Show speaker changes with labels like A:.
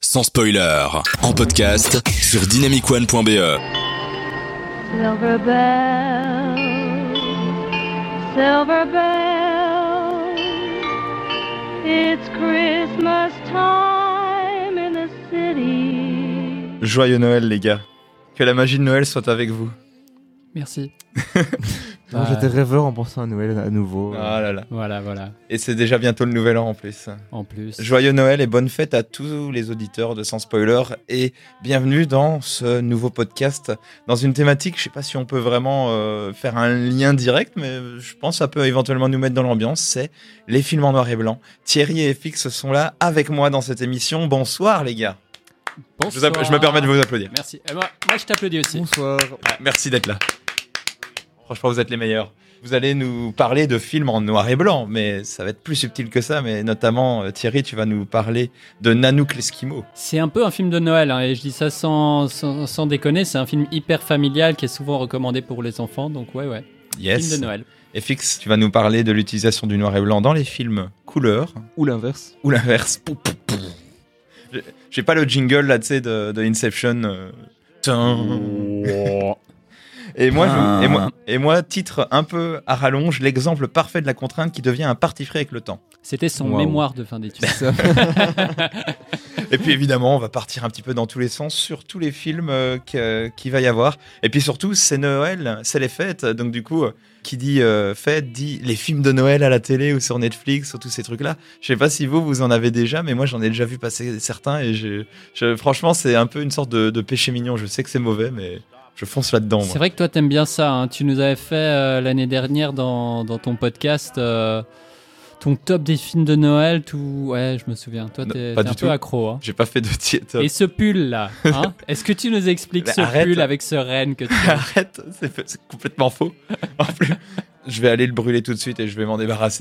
A: sans spoiler, en podcast sur dynamicone.be.
B: Silver bells, silver bells, it's Christmas time in the city.
C: Joyeux Noël, les gars. Que la magie de Noël soit avec vous.
D: Merci.
E: Non,
D: Bah,
E: J'étais rêveur en pensant à Noël à nouveau.
C: Ah là là.
D: Voilà, voilà.
C: Et c'est déjà bientôt le nouvel an en plus.
D: En plus.
C: Joyeux Noël et bonne fête à tous les auditeurs de Sans Spoiler et bienvenue dans ce nouveau podcast dans une thématique, je sais pas si on peut vraiment euh, faire un lien direct mais je pense que ça peut éventuellement nous mettre dans l'ambiance, c'est les films en noir et blanc. Thierry et FX sont là avec moi dans cette émission. Bonsoir les gars. Je, vous app-
D: Bonsoir.
C: je me permets de vous applaudir.
D: Merci. Et moi, moi, je t'applaudis aussi.
E: Bonsoir.
C: Ah, Merci d'être là. Franchement, vous êtes les meilleurs. Vous allez nous parler de films en noir et blanc, mais ça va être plus subtil que ça. Mais notamment, euh, Thierry, tu vas nous parler de Nanook l'Eskimo.
D: C'est un peu un film de Noël, hein, et je dis ça sans, sans, sans déconner. C'est un film hyper familial qui est souvent recommandé pour les enfants. Donc, ouais, ouais. Film
C: Yes.
D: de Noël.
C: Et Fix, tu vas nous parler de l'utilisation du noir et blanc dans les films couleur
E: Ou l'inverse.
C: ou l'inverse. Pou, pou, pou. J'ai- J'ai pas le jingle là, tu sais, de, de Inception. euh, tin. Et moi, je- et, moi, et moi, titre un peu à rallonge, l'exemple parfait de la contrainte qui devient un parti frais avec le temps.
D: C'était son
E: Waouh.
D: mémoire de fin d'études.
E: Ça.
C: Et puis évidemment, on va partir un petit peu dans tous les sens sur tous les films euh, que- qu'il va y avoir. Et puis surtout, c'est Noël, c'est les fêtes. Donc du coup, euh, qui dit euh, fête dit les films de Noël à la télé ou sur Netflix ou tous ces trucs-là. Je sais pas si vous, vous en avez déjà, mais moi j'en ai déjà vu passer certains. Et je, je- franchement, c'est un peu une sorte de, de péché mignon. Je sais que c'est mauvais, mais je fonce là-dedans. moi.
D: C'est vrai que toi, t'aimes bien ça. hein. Tu nous avais fait euh, l'année dernière dans, dans ton podcast euh, ton top des films de Noël. Tout... Ouais, je me souviens. Toi,
C: Non,
D: t'es
C: pas
D: t'es
C: du
D: un
C: tout.
D: peu accro. hein.
C: J'ai pas fait de diète.
D: Et ce pull-là, hein est-ce que tu nous expliques
C: Mais
D: ce
C: arrête.
D: pull avec ce renne que tu as
C: Arrête, c'est c'est complètement faux. En plus, je vais aller le brûler tout de suite et je vais m'en débarrasser.